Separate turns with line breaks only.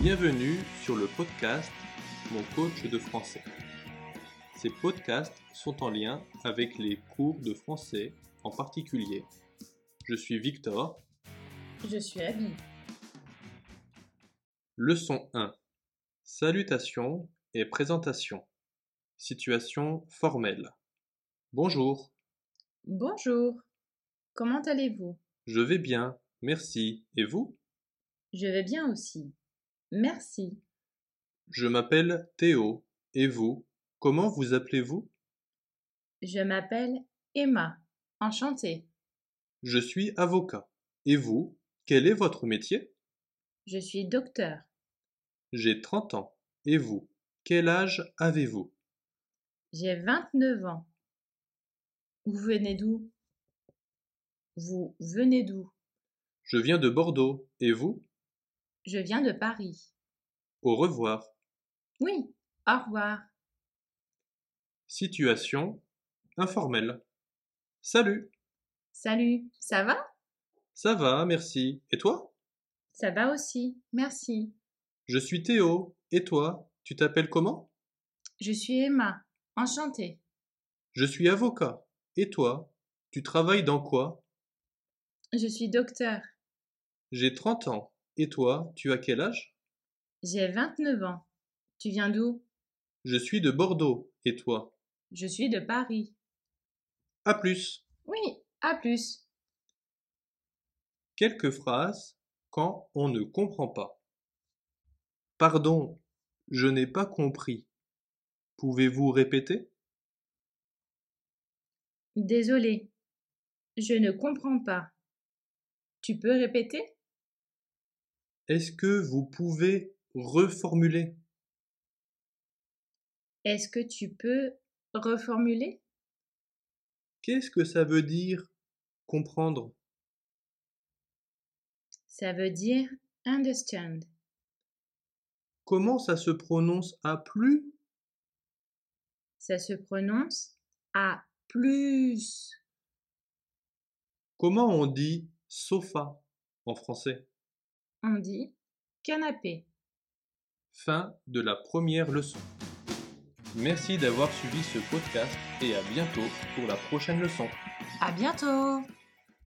Bienvenue sur le podcast Mon coach de français. Ces podcasts sont en lien avec les cours de français en particulier. Je suis Victor.
Je suis Abby.
Leçon 1. Salutations et présentation. Situation formelle. Bonjour,
Bonjour. Comment allez-vous
je vais bien, merci. Et vous
Je vais bien aussi. Merci.
Je m'appelle Théo. Et vous Comment vous appelez-vous
Je m'appelle Emma. Enchantée.
Je suis avocat. Et vous Quel est votre métier
Je suis docteur.
J'ai 30 ans. Et vous Quel âge avez-vous
J'ai 29 ans. Vous venez d'où Vous venez d'où
Je viens de Bordeaux. Et vous
Je viens de Paris.
Au revoir.
Oui, au revoir.
Situation informelle. Salut,
Salut, ça va
ça va, merci. Et toi
Ça va aussi, merci.
Je suis Théo. Et toi Tu t'appelles comment
Je suis Emma. Enchantée.
Je suis avocat. Et toi Tu travailles dans quoi
Je suis docteur.
J'ai 30 ans. Et toi, tu as quel âge
J'ai 29 ans. Tu viens d'où
Je suis de Bordeaux. Et toi
Je suis de Paris.
À plus
Oui, à plus.
Quelques phrases quand on ne comprend pas. Pardon, je n'ai pas compris. Pouvez-vous répéter
Désolé, je ne comprends pas. Tu peux répéter
Est-ce que vous pouvez reformuler
Est-ce que tu peux reformuler
Qu'est-ce que ça veut dire comprendre
Ça veut dire understand.
Comment ça se prononce à plus
Ça se prononce à plus.
Comment on dit sofa en français
On dit canapé.
Fin de la première leçon. Merci d'avoir suivi ce podcast et à bientôt pour la prochaine leçon.
À bientôt.